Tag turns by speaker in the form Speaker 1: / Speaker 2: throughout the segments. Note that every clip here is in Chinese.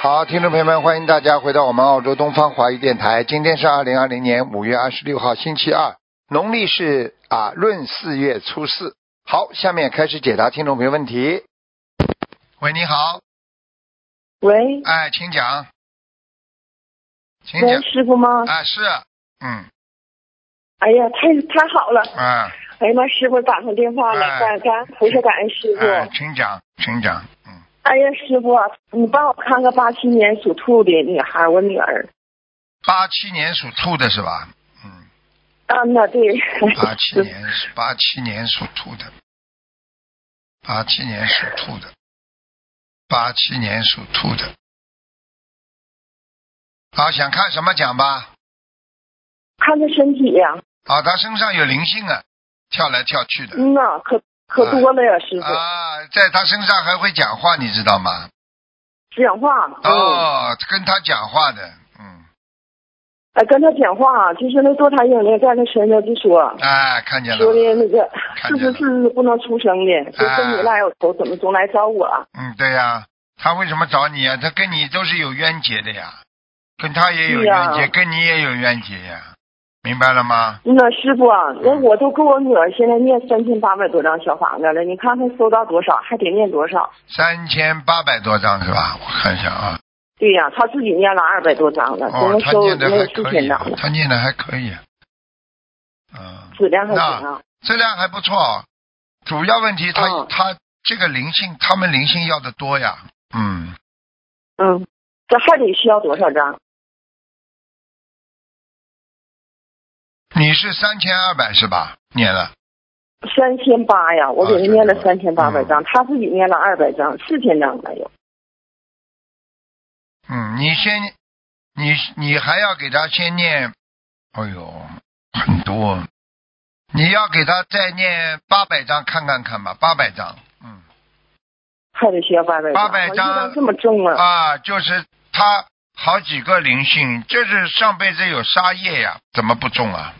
Speaker 1: 好，听众朋友们，欢迎大家回到我们澳洲东方华语电台。今天是二零二零年五月二十六号，星期二，农历是啊闰四月初四。好，下面开始解答听众朋友问题。喂，你好，
Speaker 2: 喂，
Speaker 1: 哎，请讲，请
Speaker 2: 喂
Speaker 1: 讲，，
Speaker 2: 师傅吗？
Speaker 1: 啊，是，嗯，
Speaker 2: 哎呀，太太好了！
Speaker 1: 啊，
Speaker 2: 哎呀妈，师傅打上电话了，
Speaker 1: 哎
Speaker 2: 感感恩菩萨，感恩师傅。
Speaker 1: 哎，请讲，请讲，嗯，
Speaker 2: 哎呀，师傅，你帮我看看八七年属兔的女孩，我女儿。
Speaker 1: 八七年属兔的是吧？嗯，
Speaker 2: 啊，那对。
Speaker 1: 八七。年是八七年属兔的，八七年属兔的，八七年属兔的。好，想看什么讲吧？
Speaker 2: 看她身体呀、
Speaker 1: 啊，他身上有灵性啊，跳来跳去的
Speaker 2: 嗯呐、可可多了呀，师傅。
Speaker 1: 啊，在他身上还会讲话，你知道吗？
Speaker 2: 讲话，嗯，
Speaker 1: 哦，跟他讲话的，嗯，
Speaker 2: 哎，跟她讲话，就是那堕胎婴灵在她身上就说，
Speaker 1: 哎，看见了
Speaker 2: 说的
Speaker 1: 吧，
Speaker 2: 那个
Speaker 1: 看见
Speaker 2: 是不
Speaker 1: 了
Speaker 2: 是不能出生的？就
Speaker 1: 哎
Speaker 2: 跟你赖我头，怎么总来找我？啊
Speaker 1: 嗯，对呀、他为什么找你啊？他跟你都是有冤结的呀，跟他也有
Speaker 2: 是啊呀
Speaker 1: 冤结，跟你也有冤结呀，明白了吗？
Speaker 2: 那师傅啊，
Speaker 1: 嗯
Speaker 2: 我我都给我女儿现在念三千八百多张小房子了，你看看收到多少，还得念多少？
Speaker 1: 三千八百多张是吧？我看一下啊。
Speaker 2: 对呀、她自己念了二百多张了，总
Speaker 1: 哦
Speaker 2: 共，
Speaker 1: 他
Speaker 2: 收
Speaker 1: 念的
Speaker 2: 没有
Speaker 1: 还
Speaker 2: 四
Speaker 1: 可
Speaker 2: 千
Speaker 1: 以
Speaker 2: 张
Speaker 1: 啊
Speaker 2: 了，，
Speaker 1: 他念的还可以啊。嗯，
Speaker 2: 质量还行啊。
Speaker 1: 质量还不错。主要问题他、
Speaker 2: 嗯
Speaker 1: 他这个灵性，他们灵性要的多呀。嗯，
Speaker 2: 嗯，这还得需要多少张？
Speaker 1: 你是三千二百是吧？念了
Speaker 2: 三千八呀，我给她念了三千八百张，
Speaker 1: 啊嗯
Speaker 2: 她自己念了二百张，四千张了有。
Speaker 1: 嗯，你先，你你还要给他先念，哎呦，很多，你要给他再念八百张看看看吧，八百张，嗯。
Speaker 2: 还得需要八百张，
Speaker 1: 800张
Speaker 2: 我业障这么重啊！
Speaker 1: 啊，就是他好几个灵性，就是上辈子有杀业呀，怎么不中啊？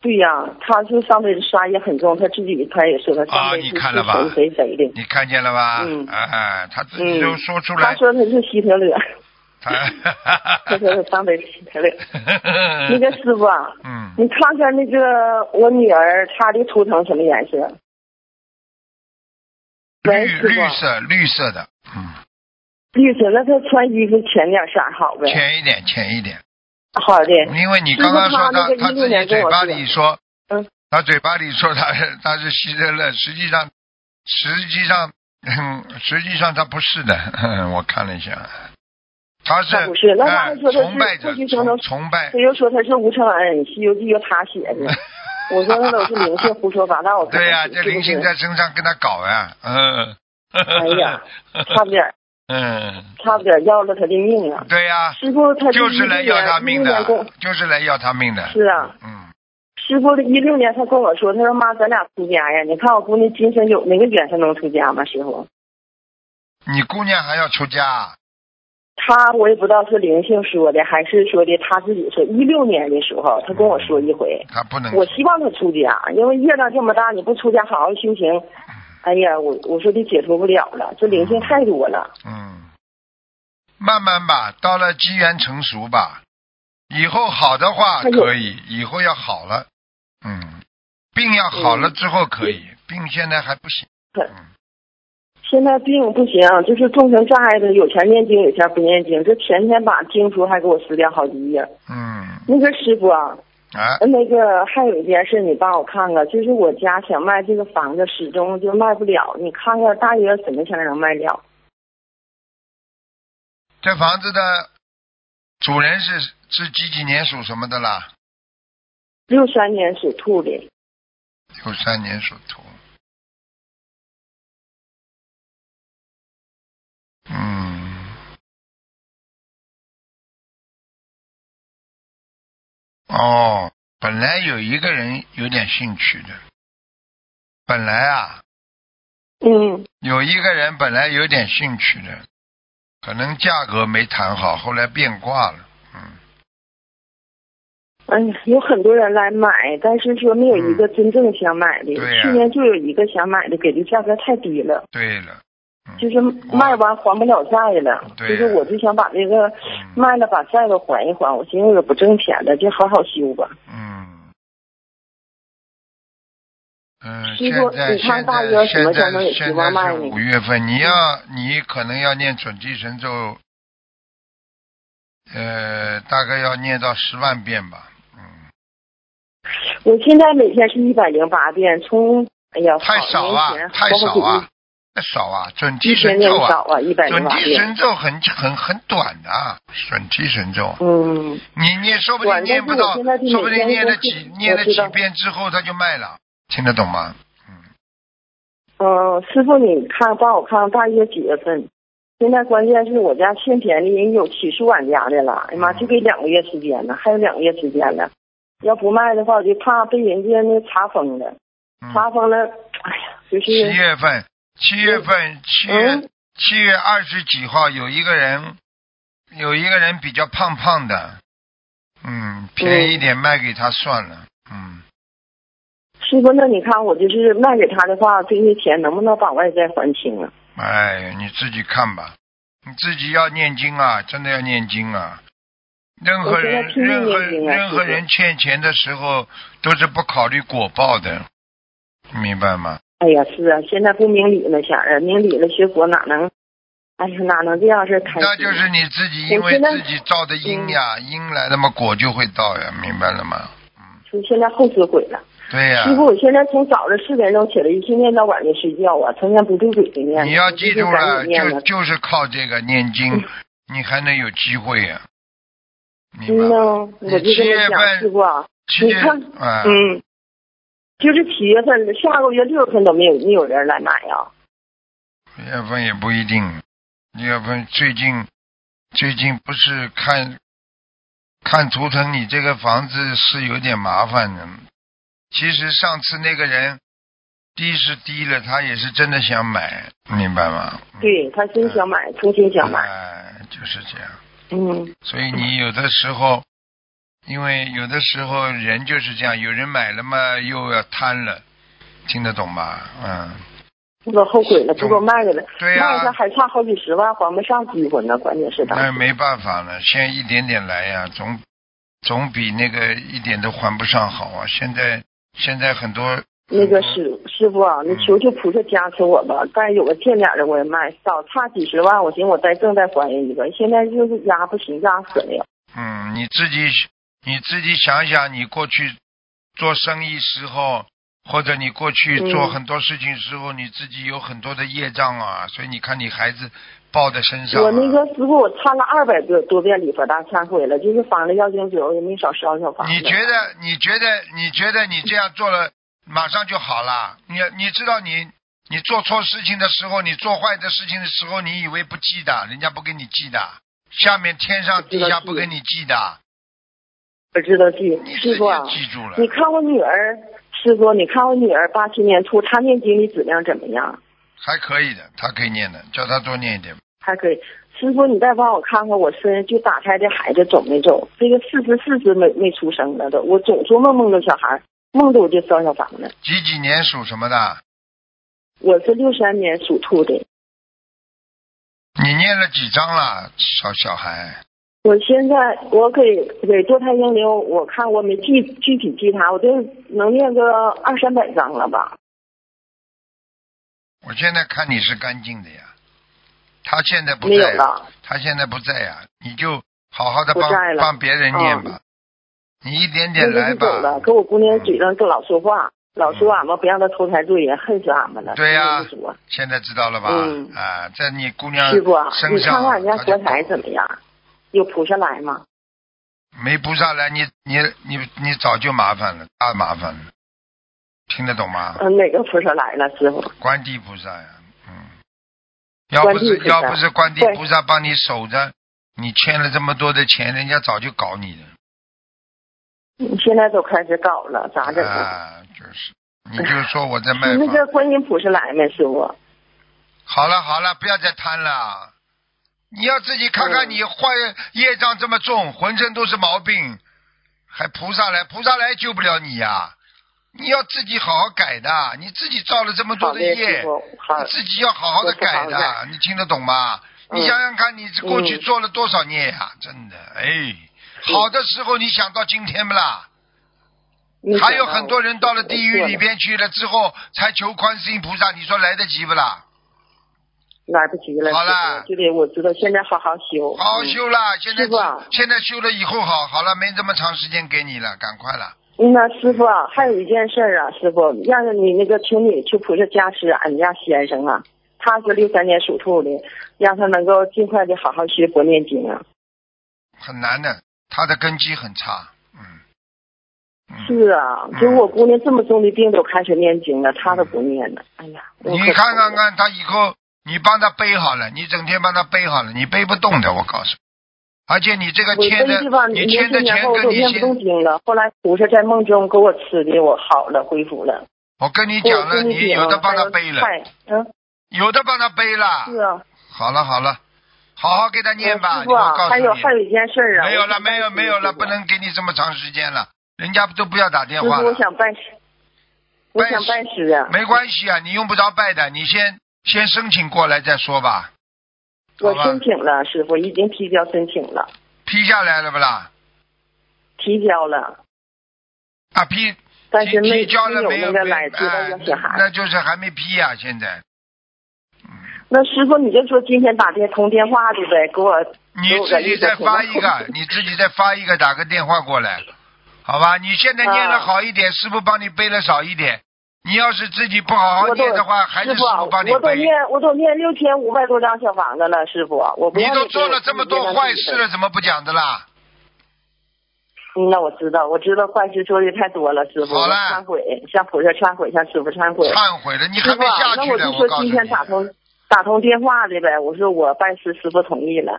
Speaker 2: 对呀、她就上辈子杀业很重，她自己她也说她上
Speaker 1: 啊
Speaker 2: 辈子
Speaker 1: 你
Speaker 2: 是
Speaker 1: 看了吧
Speaker 2: 谁谁谁的，
Speaker 1: 你看见了吧？
Speaker 2: 嗯
Speaker 1: 啊，他自己都说出
Speaker 2: 她
Speaker 1: 来，
Speaker 2: 说她是希特 勒，她
Speaker 1: 他
Speaker 2: 说她上辈子希特勒。那个师傅啊，
Speaker 1: 嗯，
Speaker 2: 你看看那个我女儿她的图腾什么颜色？喂，
Speaker 1: 绿
Speaker 2: 师
Speaker 1: 绿
Speaker 2: 傅，
Speaker 1: 色绿色的，嗯，
Speaker 2: 绿色，那她穿衣服浅点色儿好呗？
Speaker 1: 浅一点浅一点，
Speaker 2: 好的，
Speaker 1: 因为你刚刚说他
Speaker 2: 就是他那个
Speaker 1: 自己
Speaker 2: 16
Speaker 1: 嘴巴里说，
Speaker 2: 跟啊我说的嗯，
Speaker 1: 他嘴巴里说他是他是希特勒，实际上实际上嗯，实际上他不是的， 嗯我看了一下，他是
Speaker 2: 他不是那他
Speaker 1: 哎
Speaker 2: 还说他是
Speaker 1: 崇拜者
Speaker 2: 过去生
Speaker 1: 崇
Speaker 2: 的
Speaker 1: 崇拜
Speaker 2: 她，又说她是吴承恩，《西游记》又她写 的。我说那都是灵性胡说八道的。
Speaker 1: 对呀、这
Speaker 2: 是不是
Speaker 1: 灵性在身上跟他搞呀、嗯，
Speaker 2: 哎呀，差不点儿，
Speaker 1: 嗯，
Speaker 2: 差不点儿要了她的命啊！
Speaker 1: 对呀、
Speaker 2: 师傅，她
Speaker 1: 就是来要他命
Speaker 2: 16年跟我
Speaker 1: 的，就是来要他命的，
Speaker 2: 是啊，
Speaker 1: 嗯，
Speaker 2: 师傅一六年他跟我说，他说妈，咱俩出家呀。你看我姑娘今生有那个缘分能出家吗？师傅，
Speaker 1: 你姑娘还要出家啊，
Speaker 2: 他我也不知道是灵性说的还是说的他自己说。一六年的时候，他跟我说一回，
Speaker 1: 她不能
Speaker 2: 我希望他出家，因为业障这么大，你不出家好好修行，哎呀，我我说的解脱不了了，这灵性太多了。
Speaker 1: 嗯，慢慢吧，到了机缘成熟吧，以后好的话
Speaker 2: 哎呦
Speaker 1: 可以，以后要好了，嗯，病要好了之后可以，病现在还不行，
Speaker 2: 现在病不行，就是众生障碍的，有钱念经，有钱不念经。这前天把经书还给我撕掉好几页。
Speaker 1: 嗯，
Speaker 2: 那个师傅啊，
Speaker 1: 啊，
Speaker 2: 那个还有一件事，你帮我看看，就是我家想卖这个房子，始终就卖不了。你看看大约什么钱能卖了？
Speaker 1: 这房子的主人是是几几年属什么的啦？
Speaker 2: 六三年属兔的，
Speaker 1: 六三年属兔。嗯，哦，本来有一个人有点兴趣的，本来啊，
Speaker 2: 嗯，
Speaker 1: 有一个人本来有点兴趣的，可能价格没谈好，后来变卦了。嗯，
Speaker 2: 哎呀，有很多人来买，但是说没有一个真正想买的。
Speaker 1: 嗯对呀
Speaker 2: 去年就有一个想买的，给的价格太低了。
Speaker 1: 对了，
Speaker 2: 就是卖完还不了债了，
Speaker 1: 哦对
Speaker 2: 就是我就想把这个
Speaker 1: 嗯
Speaker 2: 卖了把债都还一还，我寻思也不挣钱了，就好好修吧。
Speaker 1: 嗯，嗯，
Speaker 2: 师
Speaker 1: 现
Speaker 2: 傅
Speaker 1: 在
Speaker 2: 你看
Speaker 1: 现
Speaker 2: 大
Speaker 1: 在
Speaker 2: 约什
Speaker 1: 现
Speaker 2: 么
Speaker 1: 在
Speaker 2: 时候能有
Speaker 1: 现
Speaker 2: 希望
Speaker 1: 在
Speaker 2: 卖
Speaker 1: 是
Speaker 2: 呢
Speaker 1: 五月份，你要你可能要念准提神咒，呃，大概要念到十万遍吧。
Speaker 2: 我现在每天是一百零八遍，从哎呀，
Speaker 1: 太少
Speaker 2: 好
Speaker 1: 了
Speaker 2: 年前，
Speaker 1: 太
Speaker 2: 包
Speaker 1: 少
Speaker 2: 括
Speaker 1: 了，太少啊！准
Speaker 2: 一
Speaker 1: 提
Speaker 2: 天
Speaker 1: 神
Speaker 2: 念
Speaker 1: 咒
Speaker 2: 的少
Speaker 1: 啊，
Speaker 2: 啊，一百零
Speaker 1: 准
Speaker 2: 八
Speaker 1: 提
Speaker 2: 遍。
Speaker 1: 神咒很很很短的啊，准提神咒，
Speaker 2: 嗯，
Speaker 1: 你念说不定
Speaker 2: 短
Speaker 1: 念
Speaker 2: 但
Speaker 1: 不
Speaker 2: 是我
Speaker 1: 到，
Speaker 2: 现在就
Speaker 1: 说不
Speaker 2: 每
Speaker 1: 定
Speaker 2: 天
Speaker 1: 念
Speaker 2: 都
Speaker 1: 了
Speaker 2: 是
Speaker 1: 几念了
Speaker 2: 我知
Speaker 1: 几
Speaker 2: 道
Speaker 1: 遍之后它就卖了，听得懂吗？
Speaker 2: 嗯，师傅你看帮我看大约几月份？现在关键是我家欠田的人有起诉俺家的了，哎呀
Speaker 1: 嗯
Speaker 2: 妈，就给两个月时间了，还有两个月时间了。要不卖的话，我就怕被人家那查封了，
Speaker 1: 嗯，
Speaker 2: 查封了，哎呀，就是
Speaker 1: 七月份，七月份，七月
Speaker 2: 嗯
Speaker 1: 七月二十几号有一个人，有一个人比较胖胖的，嗯，便宜一点卖给他算了，嗯，
Speaker 2: 师傅，那你看我就是卖给他的话，这些钱能不能把外债还清啊？
Speaker 1: 哎呀，你自己看吧，你自己要念经啊，真的要念经啊。任何人
Speaker 2: 我现在拼
Speaker 1: 任
Speaker 2: 命
Speaker 1: 何
Speaker 2: 念经啊
Speaker 1: 任何
Speaker 2: 师傅
Speaker 1: 人欠钱的时候都是不考虑果报的，明白吗？
Speaker 2: 哎呀，是啊，现在不明理了，想着明理了，学佛哪能？哎呀，哪能这样式儿开心？
Speaker 1: 那就是你自己因
Speaker 2: 我嗯
Speaker 1: 为
Speaker 2: 现在
Speaker 1: 自己造的因呀，因来了嘛，果就会到呀，明白了吗？
Speaker 2: 就现在后知悔了。
Speaker 1: 对呀、
Speaker 2: 师傅，我现在从早上四点钟起来，一直念到晚上睡觉啊，成天不住嘴的念。
Speaker 1: 你要记住了，
Speaker 2: 我就赶紧念
Speaker 1: 就
Speaker 2: 了。
Speaker 1: 就是靠这个念经， 你还能有机会呀、明白
Speaker 2: 嗯
Speaker 1: 吗？
Speaker 2: 呢，我就
Speaker 1: 七
Speaker 2: 跟
Speaker 1: 月
Speaker 2: 你讲，师
Speaker 1: 份，
Speaker 2: 傅啊，
Speaker 1: 七月
Speaker 2: 你看，
Speaker 1: 啊，
Speaker 2: 嗯，就是七月份，下个月六月份都没有没有人来买啊。
Speaker 1: 七月份也不一定。七月份最近最近不是看看图腾，你这个房子是有点麻烦的。其实上次那个人低是低了，他也是真的想买，明白吗？
Speaker 2: 对他真想买，
Speaker 1: 嗯
Speaker 2: 重新想买。
Speaker 1: 哎，就是这样。
Speaker 2: 嗯，
Speaker 1: 所以你有的时候，因为有的时候人就是这样，有人买了嘛，又要贪了，听得懂吗？嗯，
Speaker 2: 不知道后悔了，不给我卖了，
Speaker 1: 对呀
Speaker 2: 卖了还差好几十万，还不上机会呢。关键是当时
Speaker 1: 那没办法了，先一点点来呀，总总比那个一点都还不上好啊。现在现在很多
Speaker 2: 那个师师傅啊，你
Speaker 1: 嗯
Speaker 2: 求求菩萨加持我吧，但有个欠点的我也卖，少差几十万，我寻思我再挣再还人一个，现在就是压不行，压死了呀。
Speaker 1: 嗯，你自己你自己想想，你过去做生意时候，或者你过去做
Speaker 2: 嗯
Speaker 1: 很多事情时候，你自己有很多的业障啊，所以你看你孩子抱在身上、啊。
Speaker 2: 我那个师傅，我忏了二百多多遍礼佛大忏悔了，就是房子要经九也没少烧小房子。
Speaker 1: 你觉得？你觉得？你觉得你这样做了，马上就好了？你你知道你你做错事情的时候，你做坏的事情的时候，你以为不记得，人家不给你记的，下面天上地下不给你记的，
Speaker 2: 我知道记
Speaker 1: 你
Speaker 2: 师
Speaker 1: 自己
Speaker 2: 傅啊
Speaker 1: 也，记住了。
Speaker 2: 你看我女儿，师傅，你看我女儿八七年初，她念经的质量怎么样？
Speaker 1: 还可以的，他可以念的，叫他多念一点。
Speaker 2: 还可以。师傅，你再帮我看看我身上就打胎的孩子走没走？这个四十四只没没出生了都，我总做梦梦到小孩儿，梦到我就烧小房子。
Speaker 1: 几几年属什么的？
Speaker 2: 我是六三年属兔的，
Speaker 1: 你念了几章了，小小孩？
Speaker 2: 我现在我给给堕胎英灵，我看我没具具体记他，我这能念个二三百章了吧？
Speaker 1: 我现在看你是干净的呀，他现在不
Speaker 2: 没有
Speaker 1: 在呀。
Speaker 2: 了，
Speaker 1: 他现现在不在呀、你就好好的
Speaker 2: 不
Speaker 1: 帮
Speaker 2: 在了
Speaker 1: 帮别人念吧，你一点点来
Speaker 2: 是走
Speaker 1: 吧嗯
Speaker 2: 了。。跟我姑娘嘴上就老说话，老说俺们不让她投胎罪人，恨死俺们了。
Speaker 1: 对呀
Speaker 2: 天天就说
Speaker 1: 现在知道了吧？
Speaker 2: 嗯
Speaker 1: 啊，在你姑娘
Speaker 2: 师傅啊，
Speaker 1: 身
Speaker 2: 你看
Speaker 1: 上
Speaker 2: 看俺家
Speaker 1: 她
Speaker 2: 佛
Speaker 1: 就
Speaker 2: 台怎么样？有菩萨来吗？
Speaker 1: 没补上来，你你你你早就麻烦了，大麻烦了，听得懂吗？
Speaker 2: 嗯，哪个菩萨来了，师傅？
Speaker 1: 观地菩萨呀，嗯，要不是
Speaker 2: 观地菩萨
Speaker 1: 要不是观地
Speaker 2: 对
Speaker 1: 菩萨帮你守着，你欠了这么多的钱，人家早就搞你了。
Speaker 2: 你现在都开始搞了，咋整啊？
Speaker 1: 啊，就是，你就说我在卖房。
Speaker 2: 你那个观音菩萨来没，师傅？
Speaker 1: 好了好了，不要再贪了。你要自己看看，
Speaker 2: 嗯
Speaker 1: 你坏业障这么重，浑身都是毛病，还菩萨来，菩萨来救不了你呀、你要自己好好改的，你自己造了这么多
Speaker 2: 好的，
Speaker 1: 业
Speaker 2: 师，傅，好
Speaker 1: 你，自己要好好的改
Speaker 2: 我知道我
Speaker 1: 的，你听得懂吗？
Speaker 2: 嗯
Speaker 1: 你想想看，你过去
Speaker 2: 嗯
Speaker 1: 做了多少孽呀、真的，哎，好的时候你想到今天不啦？
Speaker 2: 没
Speaker 1: 还
Speaker 2: 想
Speaker 1: 有
Speaker 2: 到
Speaker 1: 很多人到了地狱里
Speaker 2: 我错了
Speaker 1: 边去了之后，才求观世音菩萨，你说来得及不啦？
Speaker 2: 来不及了，
Speaker 1: 好
Speaker 2: 师傅
Speaker 1: 了
Speaker 2: 就得我知道，现在好好修，
Speaker 1: 好好
Speaker 2: 嗯。
Speaker 1: 修啦，现在
Speaker 2: 师傅啊
Speaker 1: 现在修了以后好，好了，没这么长时间给你了，赶快了。
Speaker 2: 嗯呐，师傅啊，还有一件事儿啊，师傅，让你那个求你求菩萨加持俺家先生啊，他是六三年属兔的，让他能够尽快的好好学佛念经啊。
Speaker 1: 很难的，他的根基很差，嗯，嗯，
Speaker 2: 是啊，就我姑娘这么重的病都开始念经了，她都不念了。哎呀，我
Speaker 1: 你
Speaker 2: 可
Speaker 1: 看看
Speaker 2: 愁了，
Speaker 1: 看他以后，你帮他背好了，你整天帮他背好了，你背不动的，我告诉你。而且你这个
Speaker 2: 我
Speaker 1: 欠
Speaker 2: 真
Speaker 1: 的
Speaker 2: 地方，
Speaker 1: 你
Speaker 2: 年
Speaker 1: 欠
Speaker 2: 轻
Speaker 1: 的
Speaker 2: 年
Speaker 1: 钱
Speaker 2: 后我
Speaker 1: 跟
Speaker 2: 都
Speaker 1: 你
Speaker 2: 念不动
Speaker 1: 现，
Speaker 2: 经了。后来菩萨在梦中给我吃的，我好了，恢复了。
Speaker 1: 我跟你
Speaker 2: 给我
Speaker 1: 讲了，
Speaker 2: 孙女
Speaker 1: 你有的帮他背了，
Speaker 2: 还有菜嗯，
Speaker 1: 有的帮他背了。
Speaker 2: 是啊。
Speaker 1: 好了好了，好好给他念吧，
Speaker 2: 师
Speaker 1: 你
Speaker 2: 傅
Speaker 1: 我
Speaker 2: 啊，
Speaker 1: 告诉
Speaker 2: 还
Speaker 1: 你，
Speaker 2: 有还有一件事儿啊，
Speaker 1: 没有了
Speaker 2: 我想
Speaker 1: 没有
Speaker 2: 拜师
Speaker 1: 没有了，
Speaker 2: 傅
Speaker 1: 不能给你这么长时间了，人家都不要打电
Speaker 2: 师
Speaker 1: 话
Speaker 2: 傅，我
Speaker 1: 了，
Speaker 2: 想拜师，我
Speaker 1: 拜
Speaker 2: 想
Speaker 1: 师
Speaker 2: 拜师啊。
Speaker 1: 没关系啊，你用不着拜的，你先先申请过来再说吧，好
Speaker 2: 我
Speaker 1: 吧
Speaker 2: 申请了，师傅已经提交申请了，
Speaker 1: 批下来了不啦？
Speaker 2: 提交了，
Speaker 1: 啊批
Speaker 2: 但是
Speaker 1: 批
Speaker 2: 没
Speaker 1: 批交了
Speaker 2: 没
Speaker 1: 没
Speaker 2: 有
Speaker 1: 有
Speaker 2: 那个
Speaker 1: 没
Speaker 2: 来接到
Speaker 1: 哎
Speaker 2: 要写函。
Speaker 1: 那就是还没批呀、现在
Speaker 2: 那师傅你就说今天打电通电话的呗，给我
Speaker 1: 你
Speaker 2: 给我
Speaker 1: 自
Speaker 2: 个
Speaker 1: 己
Speaker 2: 例子
Speaker 1: 再
Speaker 2: 行
Speaker 1: 发
Speaker 2: 吗
Speaker 1: 一个，你自己再发一个，打个电话过来，好吧？你现在念的
Speaker 2: 啊
Speaker 1: 好一点，师傅帮你背了少一点。你要是自己不好好
Speaker 2: 我都
Speaker 1: 念的话，还是
Speaker 2: 师
Speaker 1: 师
Speaker 2: 傅啊，
Speaker 1: 傅帮你
Speaker 2: 我都
Speaker 1: 背。
Speaker 2: 念我都念六千五百多张小房子了，师傅，我不
Speaker 1: 你
Speaker 2: 让
Speaker 1: 都
Speaker 2: 给
Speaker 1: 做
Speaker 2: 我
Speaker 1: 了这么多坏事了，怎么不讲的啦？
Speaker 2: 嗯那我知道，我知道坏事做的太多了，师傅，
Speaker 1: 好
Speaker 2: 我
Speaker 1: 了
Speaker 2: 忏悔，向菩萨忏悔，向师傅忏悔。
Speaker 1: 忏悔了，你
Speaker 2: 师
Speaker 1: 还
Speaker 2: 傅
Speaker 1: 没
Speaker 2: 啊，
Speaker 1: 下
Speaker 2: 那
Speaker 1: 去
Speaker 2: 我
Speaker 1: 呢！
Speaker 2: 就
Speaker 1: 我
Speaker 2: 说
Speaker 1: 告诉
Speaker 2: 今
Speaker 1: 你，
Speaker 2: 天打通打通电话的呗，我说我拜师，师傅同意了。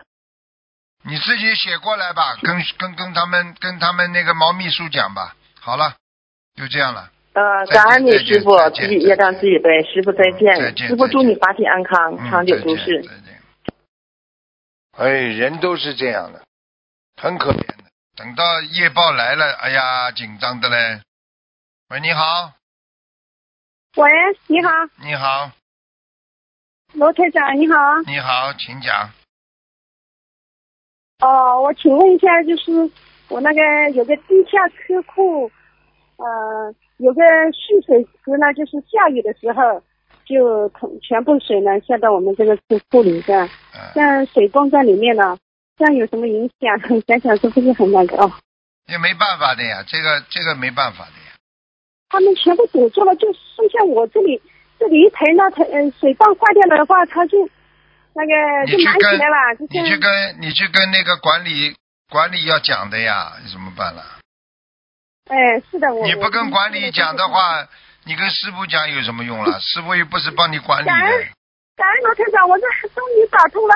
Speaker 1: 你自己写过来吧，跟跟跟他们跟他们那个毛秘书讲吧。好了，就这样了。
Speaker 2: 呃，
Speaker 1: 再见
Speaker 2: 感恩你
Speaker 1: 再见
Speaker 2: 师傅
Speaker 1: 再，见
Speaker 2: 自己业障
Speaker 1: 再见
Speaker 2: 自己背。师傅再见，
Speaker 1: 再见
Speaker 2: 师傅
Speaker 1: 再
Speaker 2: 祝
Speaker 1: 见
Speaker 2: 你法体安康，
Speaker 1: 嗯，
Speaker 2: 长久
Speaker 1: 再
Speaker 2: 住
Speaker 1: 见
Speaker 2: 世。
Speaker 1: 再见。哎，人都是这样的，很可怜的。等到夜报来了，哎呀，紧张的嘞。喂，你好，
Speaker 3: 喂，你好，
Speaker 1: 你好，
Speaker 3: 罗台长，你好。
Speaker 1: 你好，请讲。
Speaker 3: 哦，我请问一下，就是我那个有个地下车库，呃，有个蓄水池呢，就是下雨的时候就统全部水呢下到我们这个车库里这样，
Speaker 1: 嗯，
Speaker 3: 像水泵在里面呢，这样有什么影响？ 想想是不是很那个哦？
Speaker 1: 也没办法的呀，这个这个没办法的呀。
Speaker 3: 他们全部堵住了，就剩下我这里这里一台呢，它呃水泵坏掉了的话，它就那个
Speaker 1: 你
Speaker 3: 就
Speaker 1: 去
Speaker 3: 拿
Speaker 1: 跟
Speaker 3: 起来吧，就
Speaker 1: 你去
Speaker 3: 是
Speaker 1: 跟你去跟那个管理管理要讲的呀，你怎么办啦？
Speaker 3: 哎，是的，我
Speaker 1: 你不跟管理讲的。
Speaker 3: 我
Speaker 1: 话，你跟师傅讲有什么 用啦？师傅又不是帮你管理
Speaker 3: 感
Speaker 1: 的
Speaker 3: 恩。感恩罗台长，我这终于打通了。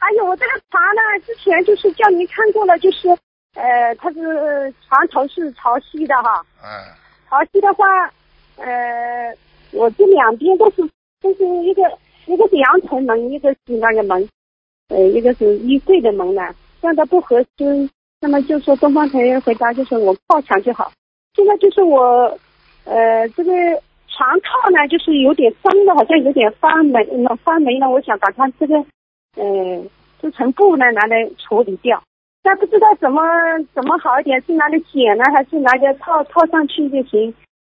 Speaker 3: 还有我这个床呢，之前就是叫您看过了，就是呃，它是床头是朝西的哈，
Speaker 1: 嗯，
Speaker 3: 朝西的话，呃，我这两边都是都是一个一个是阳台门，一个是那个门，呃，一个是衣柜的门呢，这样的不合适。那么就说东方台回答就是我靠墙就好。现在就是我，呃，这个床套呢，就是有点脏的，好像有点发霉，那发霉了。我想把它这个，呃，这层布呢拿来处理掉，但不知道怎么怎么好一点，是拿来剪呢，还是拿来套套上去就行？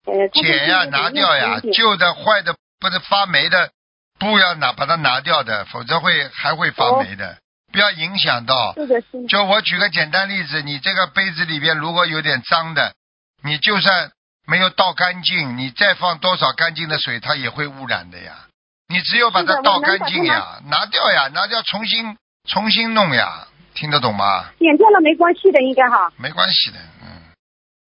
Speaker 3: 呃，套上去
Speaker 1: 剪呀，
Speaker 3: 就
Speaker 1: 拿
Speaker 3: 是
Speaker 1: 掉
Speaker 3: 用
Speaker 1: 呀
Speaker 3: 剪，剪
Speaker 1: 旧的、坏的、不是发霉的，布要拿把它拿掉的，否则会还会发
Speaker 3: 哦
Speaker 1: 霉的，不要影响到。
Speaker 3: 是的，是的。
Speaker 1: 就我举个简单例子，你这个杯子里边如果有点脏的，你就算没有倒干净，你再放多少干净的水，它也会污染的呀。你只有把
Speaker 3: 是的
Speaker 1: 它
Speaker 3: 我
Speaker 1: 倒
Speaker 3: 能
Speaker 1: 干
Speaker 3: 把它
Speaker 1: 净呀，拿掉呀，拿掉重新重新弄呀，听得懂吗？
Speaker 3: 剪掉了没关系的，应该哈。
Speaker 1: 没关系的，嗯。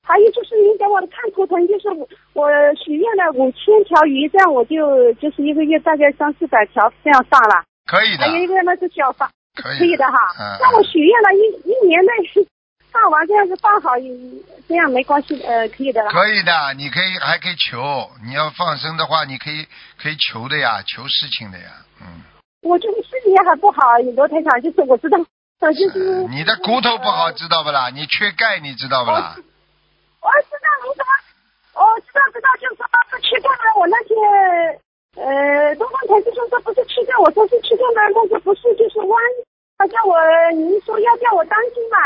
Speaker 3: 还有就是您给我看图腾，就是我我许愿了五千条鱼，这样我就就是一个月大概三四百条这样上了。
Speaker 1: 可以的
Speaker 3: 还，有哎一个那是小房，
Speaker 1: 可以
Speaker 3: 可以的哈。
Speaker 1: 嗯
Speaker 3: 那我许愿了一一年内办完，这样子办好，这样没关系，呃，可以的了。
Speaker 1: 可以的，你可以还可以求，你要放生的话，你可以可以求的呀，求事情的呀，嗯，
Speaker 3: 我就是身体还不好，罗台长，就是我知道，呃，就是
Speaker 1: 你的骨头不好，
Speaker 3: 呃
Speaker 1: 知道不啦？你缺钙，你知道不啦？
Speaker 3: 我知道，我怎么哦，知道知道，就是说是去掉了。我那天呃，东方台师兄说不是去掉，我说是去掉了，但是不是就是弯。他叫我，您说要叫我当心嘛，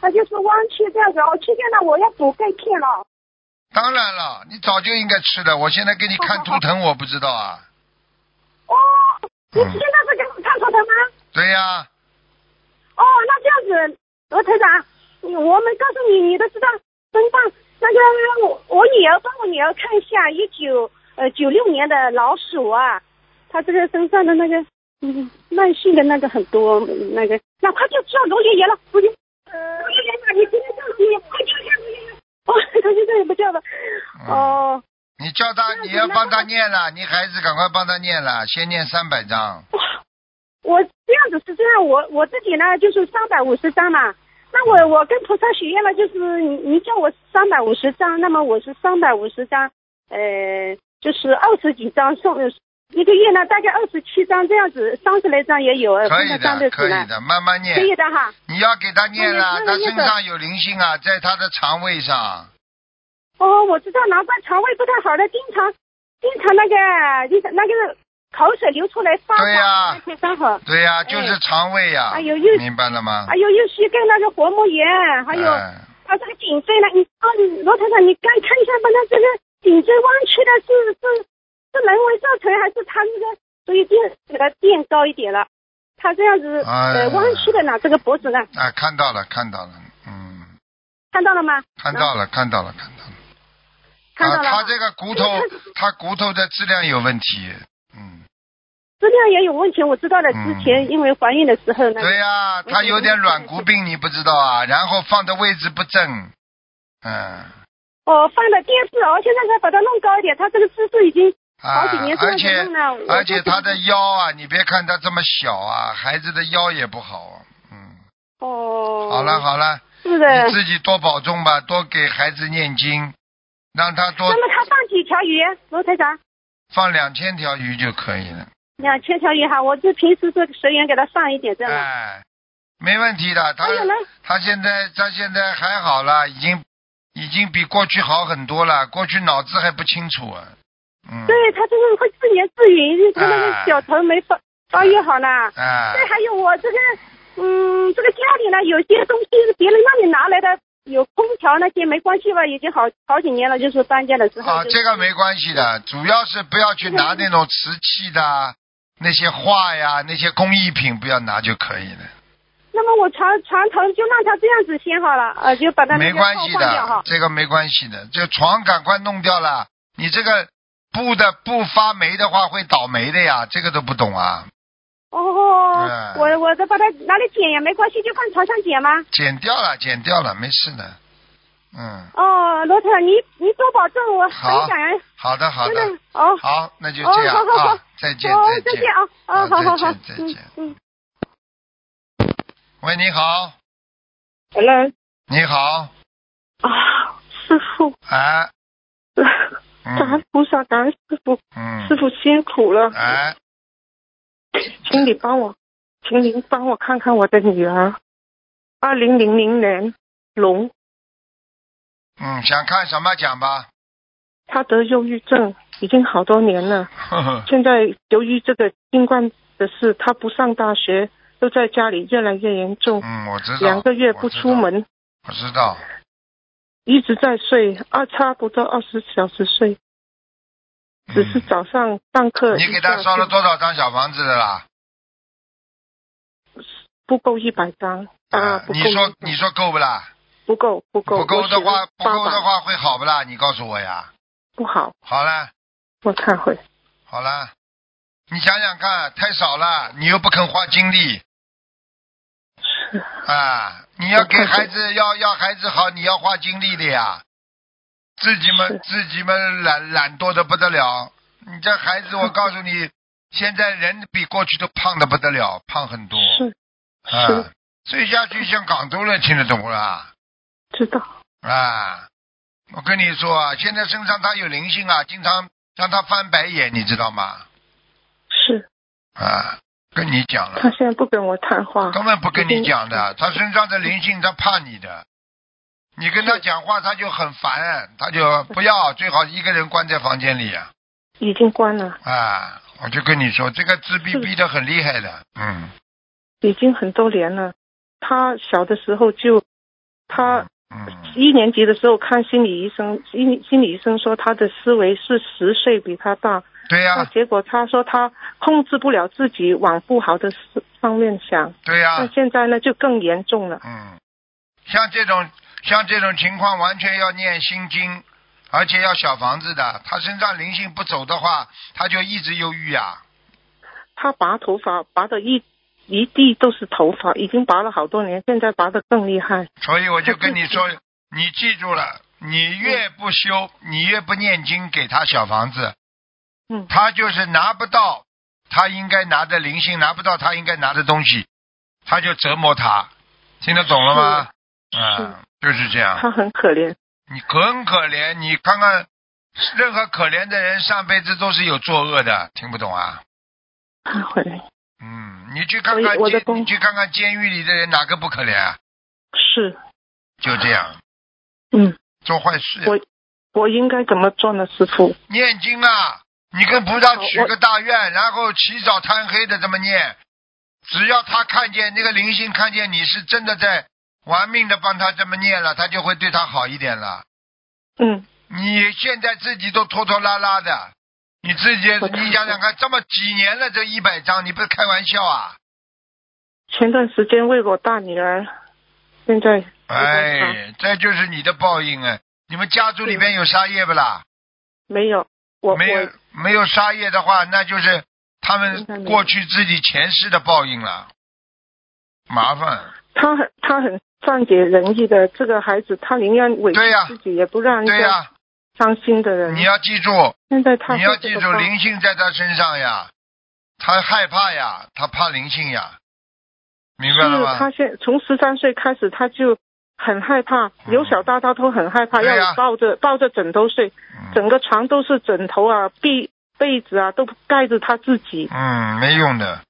Speaker 3: 他就是弯去掉，然后去掉了，我要补钙片了。
Speaker 1: 当然了，你早就应该吃的，我现在给你看图腾，我不知道啊。
Speaker 3: 哦，你现在是给我看头疼吗？
Speaker 1: 对呀、
Speaker 3: 哦，那这样子，罗台长，你我们告诉你你的知道身上那个我我女儿帮我女儿看一下一九呃九六年的老鼠啊，她这个身上的那个嗯慢性的那个很多嗯那个，那快就叫罗爷爷了，我就呃罗爷爷，你今天叫罗爷爷，快叫一下罗爷爷。哦，他就再也不叫了。哦，
Speaker 1: 你叫他，你要帮他念了，你孩子赶快帮他念了，先念三百章。
Speaker 3: 我这样子是这样，我我自己呢就是三百五十张嘛。那我我跟菩萨许愿了，就是你你叫我三百五十张，那么我是三百五十张，呃，就是二十几张送一个月呢，大概二十七张这样子，三十来张也有，
Speaker 1: 可以
Speaker 3: 呃张
Speaker 1: 的，可以
Speaker 3: 来，
Speaker 1: 的，慢慢念
Speaker 3: 可。以的哈。
Speaker 1: 你要给他念了，
Speaker 3: 那
Speaker 1: 他
Speaker 3: 你那个
Speaker 1: 身上有灵性啊，在他的肠胃上。
Speaker 3: 哦，我知道，难怪肠胃不太好的，经常经常那个就是那个口水流出来发
Speaker 1: 对呀
Speaker 3: 黄，那些伤口。
Speaker 1: 对呀、就是肠胃呀、
Speaker 3: 哎呦又
Speaker 1: 明白了吗？
Speaker 3: 还有右膝盖那个滑膜炎，还有
Speaker 1: 哎
Speaker 3: 啊，这个颈椎呢，你啊，你罗团长，你刚看一下吧，那这个颈椎弯曲的是是是人为造成还是他那个所以垫给它垫高一点了？他这样子、
Speaker 1: 哎
Speaker 3: 呃弯曲的呢，这个脖子呢，
Speaker 1: 啊，看到了，看到了，嗯，
Speaker 3: 看到了吗？
Speaker 1: 看到了，看到了，看到了。
Speaker 3: 看到
Speaker 1: 啊，
Speaker 3: 了
Speaker 1: 他
Speaker 3: 哈。
Speaker 1: 这个骨 头，他骨头的质量有问题。嗯，
Speaker 3: 质量也有问题，我知道了。之前因为怀孕的时候呢，
Speaker 1: 对呀、他有点软骨病，你不知道啊。然后放的位置不正，嗯。
Speaker 3: 我放了电视哦，现在才把它弄高一点，他这个姿势已经
Speaker 1: 啊
Speaker 3: 好几年，这
Speaker 1: 而
Speaker 3: 样子
Speaker 1: 且
Speaker 3: 弄呢我
Speaker 1: 而且
Speaker 3: 就觉
Speaker 1: 他
Speaker 3: 得
Speaker 1: 的腰啊，你别看他这么小啊，孩子的腰也不好啊。嗯，
Speaker 3: 哦，
Speaker 1: 好了好了，
Speaker 3: 是的。
Speaker 1: 你自己多保重吧，多给孩子念经，让他多
Speaker 3: 那么他放几条鱼，罗台长？
Speaker 1: 放两千条鱼就可以了。
Speaker 3: 两千条鱼哈，我就平时是随缘给他上一点这样哎的。
Speaker 1: 哎，没问题的，他
Speaker 3: 还有呢？
Speaker 1: 他现在他现在还好了，已经已经比过去好很多了，过去脑子还不清楚啊。嗯，
Speaker 3: 对他就是会自言自语，他那
Speaker 1: 啊
Speaker 3: 个小头没发发育好呢。
Speaker 1: 哎
Speaker 3: 对，，还有我这个，嗯，这个家里呢，有些东西是别人那里拿来的，有空调那些没关系吧，已经好好几年了，就是搬家的时候。
Speaker 1: 啊，
Speaker 3: 就是
Speaker 1: 这个没关系的，主要是不要去拿那种瓷器的啊、那些画呀、那些工艺品，不要拿就可以了，
Speaker 3: 那么我床床头就让他这样子先好了，呃，就把他那
Speaker 1: 没
Speaker 3: 个套
Speaker 1: 关系
Speaker 3: 换掉
Speaker 1: 的
Speaker 3: 哈，。
Speaker 1: 这个没关系的，这床赶快弄掉了，你这个布的不发霉的话会倒霉的呀，这个都不懂啊，
Speaker 3: 哦，
Speaker 1: 嗯
Speaker 3: 我我再把它哪里剪也没关系，就放床上剪吗？
Speaker 1: 剪掉了，剪掉了，没事的，嗯，
Speaker 3: 哦，罗特，你你多保重，我
Speaker 1: 好
Speaker 3: 很感恩，
Speaker 1: 好的好
Speaker 3: 真
Speaker 1: 的，
Speaker 3: 的哦。
Speaker 1: 好，那就
Speaker 3: 哦
Speaker 1: 这样
Speaker 3: 好好
Speaker 1: 啊
Speaker 3: 好，
Speaker 1: 再见
Speaker 3: 哦，
Speaker 1: 再
Speaker 3: 再
Speaker 1: 见
Speaker 3: 见啊！
Speaker 1: 啊
Speaker 3: 啊，好
Speaker 1: 再，
Speaker 3: 好好
Speaker 1: 见再
Speaker 3: 嗯
Speaker 1: 见
Speaker 3: 嗯。
Speaker 1: 喂，你好，
Speaker 2: Hello
Speaker 1: 你好，
Speaker 4: 啊，师傅，
Speaker 1: 哎，
Speaker 4: 感
Speaker 1: 嗯
Speaker 4: 恩菩萨，感恩师傅，
Speaker 1: 嗯
Speaker 4: 师，傅辛苦了，
Speaker 1: 哎。
Speaker 4: 请你帮我，请您帮我看看我的女儿，二零零零年龙，
Speaker 1: 嗯，想看什么讲 吧。
Speaker 4: 她得忧郁症已经好多年了，
Speaker 1: 呵呵
Speaker 4: 现在由于这个新冠的事，她不上大学，都在家里，越来越严重，
Speaker 1: 嗯，我知道。
Speaker 4: 两个月不出门，
Speaker 1: 我知道。
Speaker 4: 一直在睡，二差不多二十小时睡，
Speaker 1: 我知道
Speaker 4: 只是早上上
Speaker 1: 嗯、
Speaker 4: 课一下
Speaker 1: 你
Speaker 4: 就，
Speaker 1: 给他烧了多少张小房子的啦？
Speaker 4: 不够一百张啊，不够
Speaker 1: 哎嗯你
Speaker 4: 100
Speaker 1: 说
Speaker 4: 张，
Speaker 1: 你说够不啦？
Speaker 4: 不够不够，
Speaker 1: 不够的话，不
Speaker 4: 我写了
Speaker 1: 够的
Speaker 4: 800
Speaker 1: 话会好不啦？你告诉我呀。
Speaker 4: 不好，
Speaker 1: 好了，
Speaker 4: 我忏悔。
Speaker 1: 好了，你想想看，太少了，你又不肯花精力
Speaker 4: 是
Speaker 1: 啊！你要给
Speaker 4: 我看看
Speaker 1: 孩子要要孩子好，你要花精力的呀。自己们自己们懒懒惰的不得了，你这孩子，我告诉 你，现在人比过去都胖的不得了，胖很多。
Speaker 4: 是
Speaker 1: 啊
Speaker 4: 是，
Speaker 1: 睡下去像广州人，听得懂不啦？
Speaker 4: 知道，
Speaker 1: 啊，我跟你说啊，现在身上他有灵性啊，经常让他翻白眼，你知道吗？
Speaker 4: 是
Speaker 1: 啊，跟你讲
Speaker 4: 他
Speaker 1: 了，
Speaker 4: 现在不跟我谈话，
Speaker 1: 根本不跟你讲的，他身上的灵性他怕你的，你跟他讲话，他就很烦，他就不要，最好一个人关在房间里啊。
Speaker 3: 已经关了，
Speaker 1: 啊，我就跟你说，这个自闭
Speaker 3: 是
Speaker 1: 逼得很厉害的，嗯，
Speaker 3: 已经很多年了。他小的时候就，他
Speaker 1: 嗯，
Speaker 3: 一年级的时候看心理医生，心心理医生说他的思维是十岁比他大，
Speaker 1: 对呀、
Speaker 3: 那结果他说他控制不了自己往不好的事方面想，
Speaker 1: 对呀、
Speaker 3: 那现在呢就更严重了。
Speaker 1: 嗯，像这种像这种情况，完全要念心经，而且要小房子的。他身上灵性不走的话，他就一直忧郁啊。
Speaker 3: 他拔头发拔的一一地都是头发，已经拔了好多年，现在拔的更厉害。
Speaker 1: 所以我就跟你 说
Speaker 3: 他自，
Speaker 1: 你记住了，你越不修，你越不念经，给他小房子，
Speaker 3: 嗯，
Speaker 1: 他就是拿不到他应该拿的灵性，拿不到他应该拿的东西，他就折磨他。听得懂了吗？嗯，就是这样。
Speaker 3: 他很可怜。
Speaker 1: 你很可怜，你看看，任何可怜的人上辈子都是有作恶的，听不懂啊？
Speaker 3: 他很
Speaker 1: 嗯，你去看
Speaker 3: 所
Speaker 1: 看
Speaker 3: 以我的
Speaker 1: 监，
Speaker 3: 工
Speaker 1: 你去看看监狱里的人哪个不可怜啊？
Speaker 3: 是，
Speaker 1: 就这样
Speaker 3: 嗯，
Speaker 1: 做坏事啊，
Speaker 3: 我我应该怎么做呢，师傅？
Speaker 1: 念经啊！你跟菩萨许
Speaker 3: 我
Speaker 1: 个大愿，然后起早贪黑的这么念，只要他看见那个灵性看见你是真的在玩命的帮他这么念了，他就会对他好一点了。
Speaker 3: 嗯，
Speaker 1: 你现在自己都拖拖拉拉的，你自己
Speaker 3: 我知道
Speaker 1: 你想想看，这么几年了，这一百张，你不是开玩笑啊？
Speaker 3: 前段时间为我大女儿，现在
Speaker 1: 哎，这就是你的报应啊！你们家族里边有杀业不啦？
Speaker 3: 没有我
Speaker 1: 没有
Speaker 3: 我
Speaker 1: 没有杀业的话，那就是他
Speaker 3: 应该没
Speaker 1: 们
Speaker 3: 有
Speaker 1: 过去自己前世的报应了，麻烦。
Speaker 3: 他很他很善解人意的这个孩子，他宁愿委屈
Speaker 1: 对呀
Speaker 3: 自己，也不让人
Speaker 1: 对
Speaker 3: 家
Speaker 1: 呀、
Speaker 3: 伤心的人。
Speaker 1: 你要记住，
Speaker 3: 现在他
Speaker 1: 你要
Speaker 3: 会这
Speaker 1: 记
Speaker 3: 个
Speaker 1: 住，
Speaker 3: 报
Speaker 1: 灵性在他身上呀，他害怕呀，他怕灵性呀，明白了
Speaker 3: 是
Speaker 1: 吗
Speaker 3: 他？现从十三岁开始，他就很害怕，
Speaker 1: 嗯
Speaker 3: 由小到大都很害怕，
Speaker 1: 对呀嗯
Speaker 3: 要抱着抱着枕头睡，整个床都是枕头啊、被被子啊，都盖着他自己。
Speaker 1: 嗯，没用的。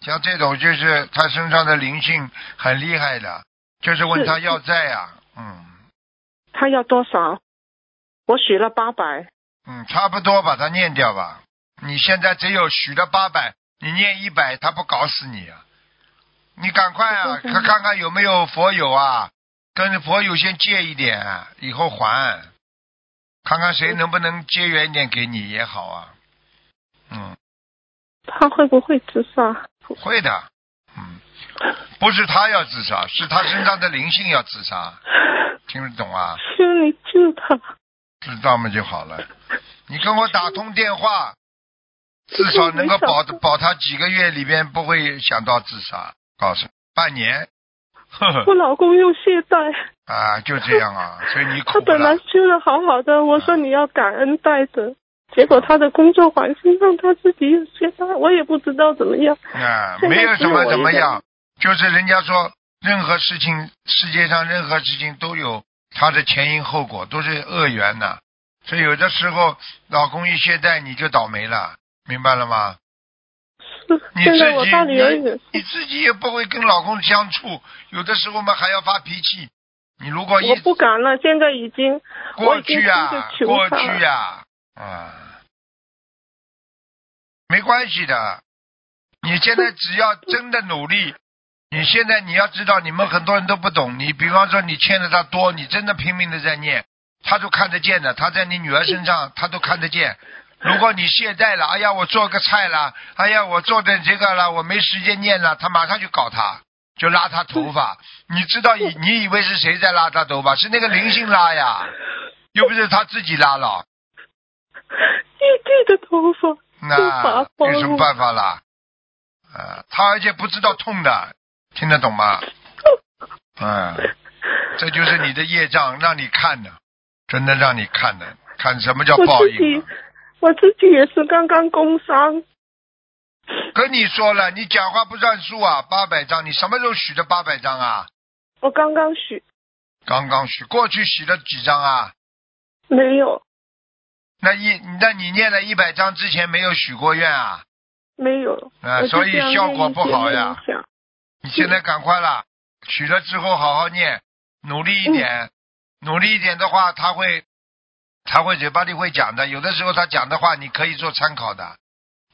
Speaker 1: 像这种就是他身上的灵性很厉害的，就是问他要债呀、嗯
Speaker 3: 他要多少？我许了八百，
Speaker 1: 嗯，差不多把它念掉吧。你现在只有许了八百，你念一百，他不搞死你啊！你赶快啊，看看看有没有佛友啊，跟佛友先借一点啊、以后还，看看谁能不能结缘一点给你也好啊。嗯，
Speaker 3: 他会不会自杀？
Speaker 1: 会的，嗯，不是他要自杀，是他身上的灵性要自杀，听得懂啊？
Speaker 3: 求你救他！
Speaker 1: 知道嘛就好了。你跟我打通电话，至少能够保保他几个月里边不会想到自杀，告诉你半 年，呵呵
Speaker 3: 我老公又懈怠，
Speaker 1: 啊，就这样啊，所以你
Speaker 3: 他
Speaker 1: 苦不
Speaker 3: 本
Speaker 1: 啦
Speaker 3: 来？修的好好的，我
Speaker 1: 嗯
Speaker 3: 说你要感恩戴德，结果他的工作环境让他自己也懈怠，我也不知道怎么样。
Speaker 1: 啊，
Speaker 3: 现在
Speaker 1: 没有
Speaker 3: 只
Speaker 1: 什
Speaker 3: 有
Speaker 1: 么
Speaker 3: 我一
Speaker 1: 怎么
Speaker 3: 个人
Speaker 1: 样，就是人家说任何事情，世界上任何事情都有它的前因后果，都是恶缘呐、所以有的时候老公一懈怠，你就倒霉了，明白了吗？
Speaker 3: 是
Speaker 1: 你
Speaker 3: 现在
Speaker 1: 自
Speaker 3: 我
Speaker 1: 己
Speaker 3: 大女儿
Speaker 1: 你
Speaker 3: 也
Speaker 1: 你自己也不会跟老公相处，有的时候嘛还要发脾气。你如果一
Speaker 3: 我不敢了，现在已经我
Speaker 1: 过
Speaker 3: 已经
Speaker 1: 去啊
Speaker 3: 哭着，求
Speaker 1: 过
Speaker 3: 他了
Speaker 1: 去啊，啊，没关系的。你现 在只要真的努力，你现在你要知道，你们很多人都不懂。你比方说你欠了他多，你真的拼命的在念，他都看得见的，他在你女儿身
Speaker 3: 嗯
Speaker 1: 上他都看得见。如果你懈怠了，哎呀，我做个菜啦，哎呀，我做点这个啦，我没时间念了，他马上就搞他，就拉他头 发。你知道以你以为是谁在拉他头发？是那个灵性拉呀，又不是他自己拉了，
Speaker 3: 一地的头发，
Speaker 1: 那有什么办法啦？啊，他而且不知道痛的，听得懂 吗？嗯，这就是你的业障，让你看的，真的让你看的，看什么叫
Speaker 3: 我
Speaker 1: 报
Speaker 3: 自
Speaker 1: 应、
Speaker 3: 己
Speaker 1: 啊。
Speaker 3: 我自己也是刚刚工伤，
Speaker 1: 跟你说了，你讲话不算数啊！八百张，你什么时候许的八百张啊？
Speaker 3: 我刚刚许
Speaker 1: 刚刚许，过去许了几张啊？
Speaker 3: 没有
Speaker 1: 那一，那你念了一百张之前没有许过愿啊？
Speaker 3: 没有，
Speaker 1: 啊、
Speaker 3: 我就
Speaker 1: 所以
Speaker 3: 这样
Speaker 1: 效果
Speaker 3: 念一
Speaker 1: 不
Speaker 3: 点
Speaker 1: 好
Speaker 3: 没
Speaker 1: 呀
Speaker 3: 影。响。
Speaker 1: 你现在赶快啦，许了之后好好念，努力一点，努力一点的话，他会，他会嘴巴里会讲的。有的时候他讲的话，你可以做参考的。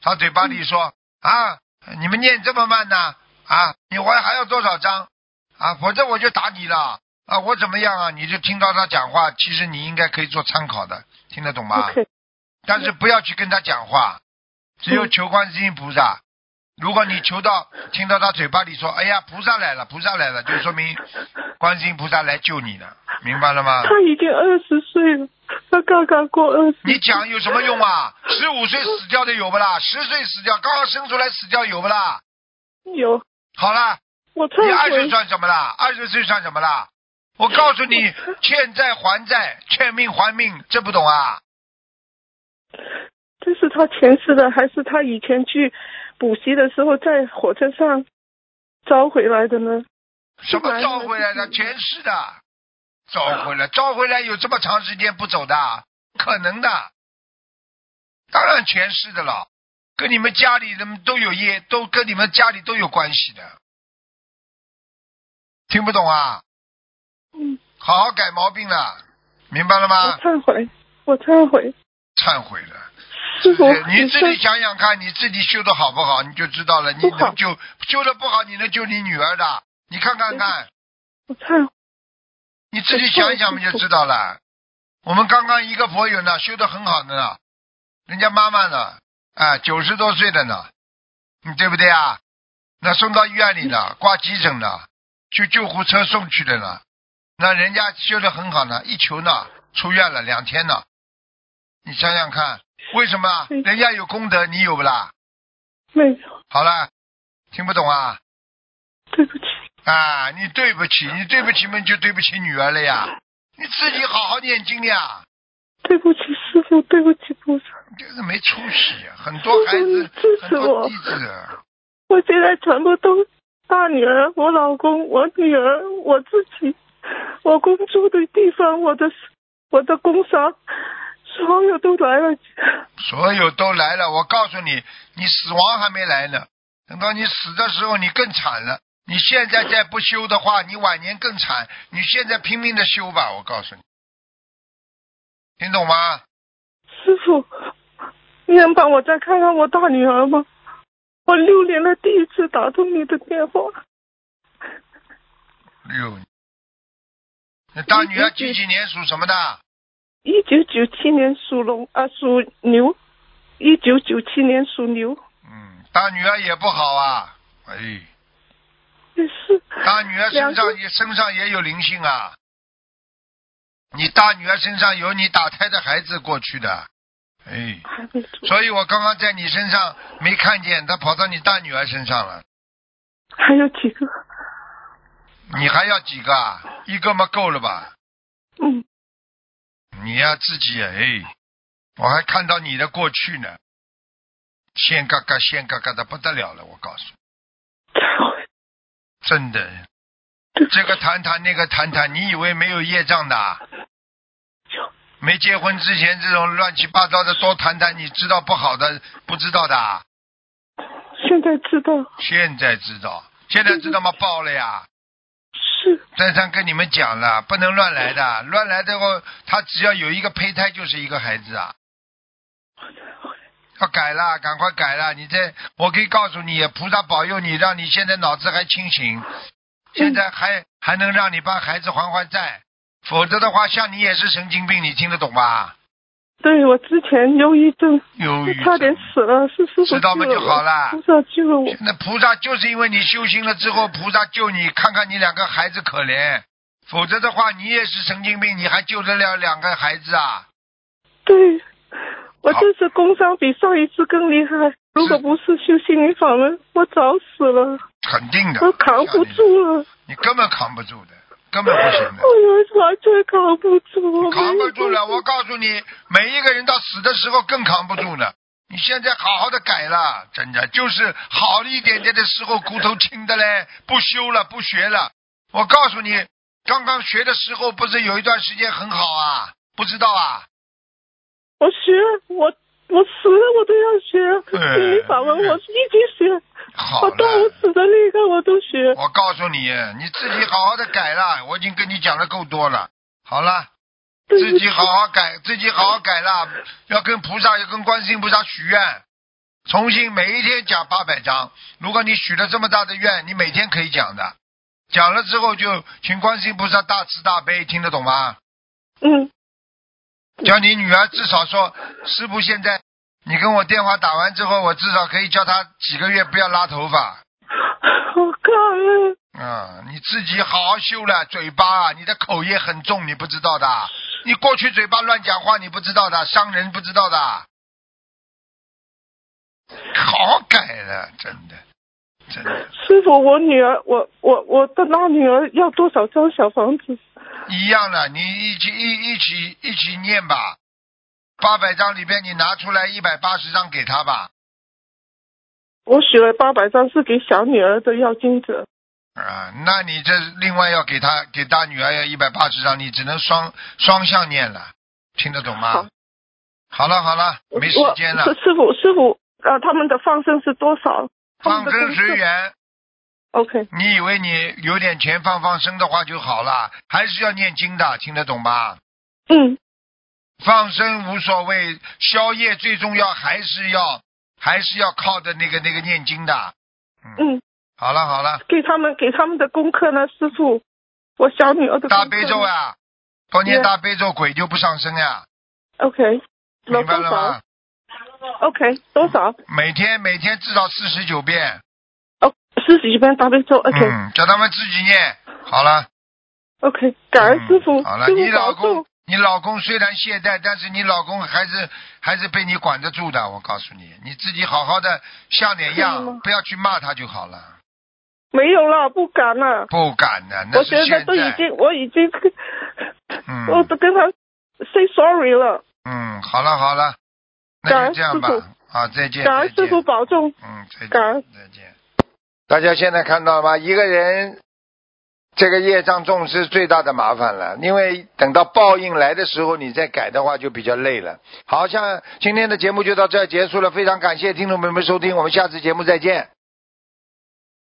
Speaker 1: 他嘴巴里说、啊，你们念这么慢呐、啊，你还还要多少章啊？否则我就打你了啊！我怎么样啊？你就听到他讲话，其实你应该可以做参考的，听得懂吗？
Speaker 4: OK，
Speaker 1: 但是不要去跟他讲话，只有求观世音菩萨。如果你求到听到他嘴巴里说“哎呀，菩萨来了，菩萨来了”，就说明观世音菩萨来救你了，明白了吗？
Speaker 4: 他已经二十岁了，他刚刚过二十。
Speaker 1: 你讲有什么用啊？十五岁死掉的有不啦？十岁死掉，刚刚生出来死掉有不啦？
Speaker 4: 有，
Speaker 1: 好了，
Speaker 4: 我
Speaker 1: 你二
Speaker 4: 忏
Speaker 1: 十
Speaker 4: 悔。
Speaker 1: 算什么啦？二十岁算什么啦？我告诉你，欠债还债，欠命还命，这不懂啊？
Speaker 4: 这是他前世的，还是他以前去补习的时候在火车上招回来的呢？
Speaker 1: 什么召回来的？
Speaker 4: 自己
Speaker 1: 前世的，
Speaker 4: 啊
Speaker 1: 召回来，召回来有这么长时间不走的？可能的，当然前世的了，跟你们家里人都有业，都跟你们家里都有关系的。听不懂啊？
Speaker 4: 嗯，
Speaker 1: 好好改毛病了，明白了
Speaker 4: 我
Speaker 1: 吗？
Speaker 4: 忏悔，我忏悔，
Speaker 1: 忏悔了。
Speaker 4: 师傅，
Speaker 1: 哎你自己
Speaker 4: 是
Speaker 1: 想想看，你自己修的好不好，你就知道了。你
Speaker 4: 不好
Speaker 1: 能救修的不好，你能救你女儿的，你看
Speaker 4: 嗯
Speaker 1: 看看，
Speaker 4: 我忏悔，
Speaker 1: 你自己想一想不就知道了。我们刚刚一个佛友呢，修的很好的呢，人家妈妈呢，啊，九十多岁的呢，你对不对啊？那送到医院里呢，挂急诊呢，去救护车送去的呢，那人家修的很好呢，一求呢，出院了两天呢，你想想看，为什么
Speaker 4: 嗯
Speaker 1: 人家有功德，你有不啦？
Speaker 4: 没有，
Speaker 1: 好了，听不懂啊
Speaker 4: 对不起，
Speaker 1: 啊！你对不起，你对不起嘛，就对不起女儿了呀。你自己好好念经呀，
Speaker 4: 对不起，师傅，对不起，菩萨，
Speaker 1: 就是没出息呀。很多孩子
Speaker 4: 师父你，支
Speaker 1: 很
Speaker 4: 持我
Speaker 1: 多弟子，
Speaker 4: 我现在全部都大女儿、我老公、我女儿、我自己，我工作的地方，我的我的工伤，所有都来了。
Speaker 1: 所有都来了。我告诉你，你死亡还没来呢。等到你死的时候，你更惨了。你现在再不修的话，你晚年更惨。你现在拼命的修吧，我告诉你，听懂吗？
Speaker 4: 师傅，你能帮我再看看我大女儿吗？我六年了第一次打通你的电话，
Speaker 1: 六，哎那大女儿几几年属什么的？
Speaker 4: 一九九七年属龙啊属牛，一九九七年属牛，
Speaker 1: 嗯，大女儿也不好啊，哎，
Speaker 4: 也是
Speaker 1: 大女儿身
Speaker 4: 两
Speaker 1: 上
Speaker 4: 个
Speaker 1: 也身上也有灵性啊。你大女儿身上有你打胎的孩子过去的，哎，
Speaker 4: 还没走，
Speaker 1: 所以我刚刚在你身上没看见，他跑到你大女儿身上了。
Speaker 4: 还有几个？
Speaker 1: 你还要几个啊？一个嘛够了吧？
Speaker 4: 嗯，
Speaker 1: 你呀、自己哎，我还看到你的过去呢，线嘎嘎线嘎嘎的不得了了，我告诉你。
Speaker 4: 忏悔，
Speaker 1: 真的，这个谈谈那个谈谈，你以为没有业障的啊？没结婚之前这种乱七八糟的多谈谈，你知道不好的不知道的啊，
Speaker 4: 现在知道
Speaker 1: 现在知道，现在知道吗？报了呀！
Speaker 4: 是
Speaker 1: 再三跟你们讲了，不能乱来的，乱来的话，他只要有一个胚胎就是一个孩子啊。要改了，赶快改了！你这，我可以告诉你，菩萨保佑你，让你现在脑子还清醒，
Speaker 4: 嗯
Speaker 1: 现在还还能让你帮孩子还还债，否则的话，像你也是神经病，你听得懂吧？
Speaker 4: 对我之前忧郁症，
Speaker 1: 忧
Speaker 4: 我
Speaker 1: 郁
Speaker 4: 差点
Speaker 1: 症。
Speaker 4: 死了，是师傅
Speaker 1: 知道
Speaker 4: 救
Speaker 1: 吗
Speaker 4: 了
Speaker 1: 就好了
Speaker 4: 我，菩萨救了我，
Speaker 1: 那菩萨就是因为你修心了之后，菩萨救你，看看你两个孩子可怜，否则的话，你也是神经病，你还救得了两个孩子啊？
Speaker 4: 对，我
Speaker 1: 好
Speaker 4: 这次工伤比上一次更厉害。如果不是修心灵法门，我早死了，
Speaker 1: 肯定的，
Speaker 4: 我扛不住了，
Speaker 1: 你根本扛不住的，根本
Speaker 4: 我
Speaker 1: 不行的。
Speaker 4: 完全扛不住，我没有
Speaker 1: 扛不住了，我告诉你，每一个人到死的时候更扛不住了。你现在好好的改了，真的就是好一点点的时候骨头轻的嘞，不修了，不学了。我告诉你，刚刚学的时候不是有一段时间很好啊？不知道啊？
Speaker 4: 我学我我死了我都要学
Speaker 1: 哎
Speaker 4: 心灵法门，我一直学，
Speaker 1: 好
Speaker 4: 我到我
Speaker 1: 了，
Speaker 4: 死的那一刻我都学。
Speaker 1: 我告诉你，你自己好好的改了。我已经跟你讲的够多了，好了，
Speaker 4: 对不
Speaker 1: 自
Speaker 4: 起
Speaker 1: 己好好改，自己好好改啦，要跟菩萨，要跟观世音菩萨许愿，重新每一天讲八百章。如果你许了这么大的愿，你每天可以讲的，讲了之后就请观世音菩萨大慈大悲，听得懂吗？
Speaker 4: 嗯，
Speaker 1: 叫你女儿至少说，师傅现在你跟我电话打完之后，我至少可以叫她几个月不要拉头发。
Speaker 4: 我感恩，
Speaker 1: 嗯，你自己好好修了嘴巴啊，你的口业很重，你不知道的。你过去嘴巴乱讲话，你不知道的，伤人不知道的。好好改了，真的，真的，
Speaker 4: 师傅，我女儿，我我我的大女儿要多少张小房子？
Speaker 1: 一样的，你一起一一起一起念吧。八百张里边，你拿出来一百八十张给他吧。
Speaker 4: 我许了八百张，是给小女儿的要经者。
Speaker 1: 啊、那你这另外要给他给大女儿要一百八十张，你只能双双向念了，听得懂吗？
Speaker 4: 好
Speaker 1: 好了好了，没时间了
Speaker 4: 我。师师傅，师傅，呃，他们的放生是多少？他们
Speaker 1: 放
Speaker 4: 的
Speaker 1: 生
Speaker 4: 功
Speaker 1: 随
Speaker 4: 课。
Speaker 1: 缘，
Speaker 4: OK，
Speaker 1: 你以为你有点钱放放生的话就好了，还是要念经的，听得懂吧？
Speaker 4: 嗯，
Speaker 1: 放生无所谓，消业最重要还是要还是要靠的那个那个念经的。
Speaker 4: 嗯，
Speaker 1: 好了好了，
Speaker 4: 给他们给他们的功课呢，师傅，我小女儿的
Speaker 1: 大
Speaker 4: 功课
Speaker 1: 悲
Speaker 4: 呢
Speaker 1: 咒啊，多念
Speaker 4: Yeah
Speaker 1: 大悲咒，鬼就不上身呀、
Speaker 4: ，OK，多
Speaker 1: 明白了
Speaker 4: 少
Speaker 1: 吗？
Speaker 4: ？OK，多少？
Speaker 1: 每天每天至少四十九遍，
Speaker 4: 哦，四十一遍大悲咒，OK
Speaker 1: 嗯，叫他们自己念。好了，
Speaker 4: OK，感恩师傅，
Speaker 1: 嗯好了，
Speaker 4: 师
Speaker 1: 你
Speaker 4: 傅
Speaker 1: 老
Speaker 4: 保
Speaker 1: 公
Speaker 4: 重。，
Speaker 1: 你老公虽然懈怠，但是你老公还是还是被你管得住的。我告诉你，你自己好好的像点
Speaker 4: 是吗
Speaker 1: 样，不要去骂他就好了。
Speaker 4: 没有了，不敢了。
Speaker 1: 不敢的，那
Speaker 4: 我
Speaker 1: 是
Speaker 4: 觉得
Speaker 1: 现
Speaker 4: 都已
Speaker 1: 在。
Speaker 4: 经，我已经， 我
Speaker 1: 嗯
Speaker 4: 都跟他 say sorry 了。
Speaker 1: 嗯，好了好了，
Speaker 4: 感
Speaker 1: 那就
Speaker 4: 恩
Speaker 1: 这样
Speaker 4: 师
Speaker 1: 吧
Speaker 4: 傅。
Speaker 1: 好，再见。
Speaker 4: 感恩
Speaker 1: 再
Speaker 4: 师
Speaker 1: 见
Speaker 4: 傅保重。
Speaker 1: 嗯，再见
Speaker 4: 感恩
Speaker 1: 再见。大家现在看到了吗？一个人这个业障重是最大的麻烦了，因为等到报应来的时候，你再改的话就比较累了。好像今天的节目就到这儿结束了，非常感谢听众朋友们收听，我们下次节目再见。